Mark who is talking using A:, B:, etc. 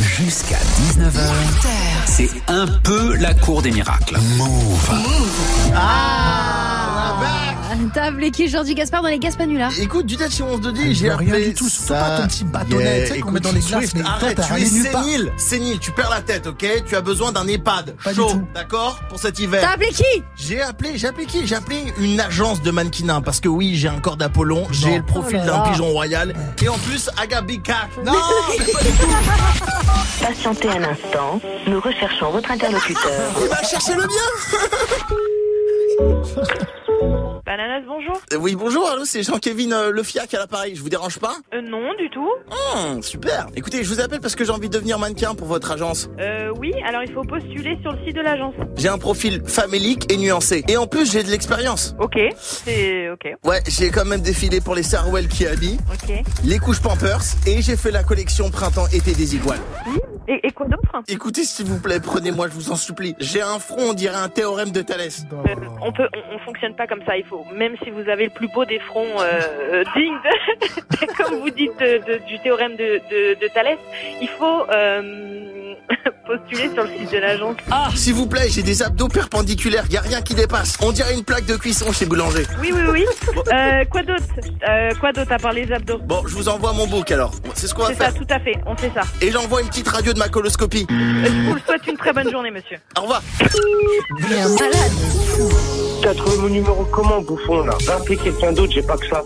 A: Jusqu'à 19h, c'est un peu la cour des miracles.
B: Ah, T'as qui Jordi Gaspard dans les Gaspanulas.
C: Ah, Écoute, du si on se
D: Mais
C: dit, j'ai
D: je veux
C: appelé
D: rien du tout, surtout
C: ça-
D: pas ton petit bâtonnet, tu
C: Yeah,
D: sais, qu'on
C: écoute,
D: met dans les
C: Swift,
D: glaces, mais toi,
C: arrête,
D: t'as
C: tu es
D: allé nulle part.
C: sénile, sénile, tu perds la tête, ok Tu as besoin d'un EHPAD
D: Pas du
C: chaud,
D: tout.
C: d'accord Pour cet
B: T'as
C: hiver.
B: appelé qui
C: J'ai appelé, j'ai appelé qui J'ai appelé une agence de mannequinat, parce que oui, j'ai un corps d'Apollon, j'ai le profil
B: Oh là
C: d'un
B: là.
C: pigeon royal, et en plus, Agabi Cat. Non
E: Patientez un instant, nous recherchons votre interlocuteur.
C: Il va chercher le bien
F: Bananas, bonjour.
C: Euh, Oui, bonjour, allô, c'est Jean-Kévin euh, Le Fiac à l'appareil, je vous dérange pas
F: Euh, non, du tout.
C: Hum, Super Écoutez, je vous appelle parce que j'ai envie de devenir mannequin pour votre agence.
F: Euh, oui, alors il faut postuler sur le site de l'agence.
C: J'ai un profil famélique et nuancé, et en plus, j'ai de l'expérience.
F: Ok, c'est ok,
C: Ouais, j'ai quand même défilé pour les Sarwell qui habillent,
F: ok.
C: les couches Pampers et j'ai fait la collection printemps-été des iguales.
F: Et, et quoi d'autre
C: Écoutez, s'il vous plaît, prenez-moi, je vous en supplie. J'ai un front, on dirait un théorème de Thalès.
F: Euh, On peut, on, on fonctionne pas comme ça. Il faut, même si vous avez le plus beau des fronts euh, euh, dignes, de- de- comme vous dites de- de- du théorème de, de, de Thalès, il faut euh, postuler sur le site de l'agence.
C: S'il vous plaît, j'ai des abdos perpendiculaires, y a rien qui dépasse. On dirait une plaque de cuisson chez Boulanger.
F: Oui, oui, oui. Euh, quoi d'autre Euh, Quoi d'autre à part les abdos
C: Bon, je vous envoie mon book alors. C'est ce qu'on va
F: C'est ça,
C: faire.
F: tout à fait. On fait ça.
C: Et j'envoie une petite radio de ma coloscopie.
F: Euh, Je vous souhaite une très bonne journée, monsieur.
C: Au revoir.
G: T'as trouvé mon numéro comment, bouffon, là Va appeler quelqu'un d'autre, j'ai pas que ça.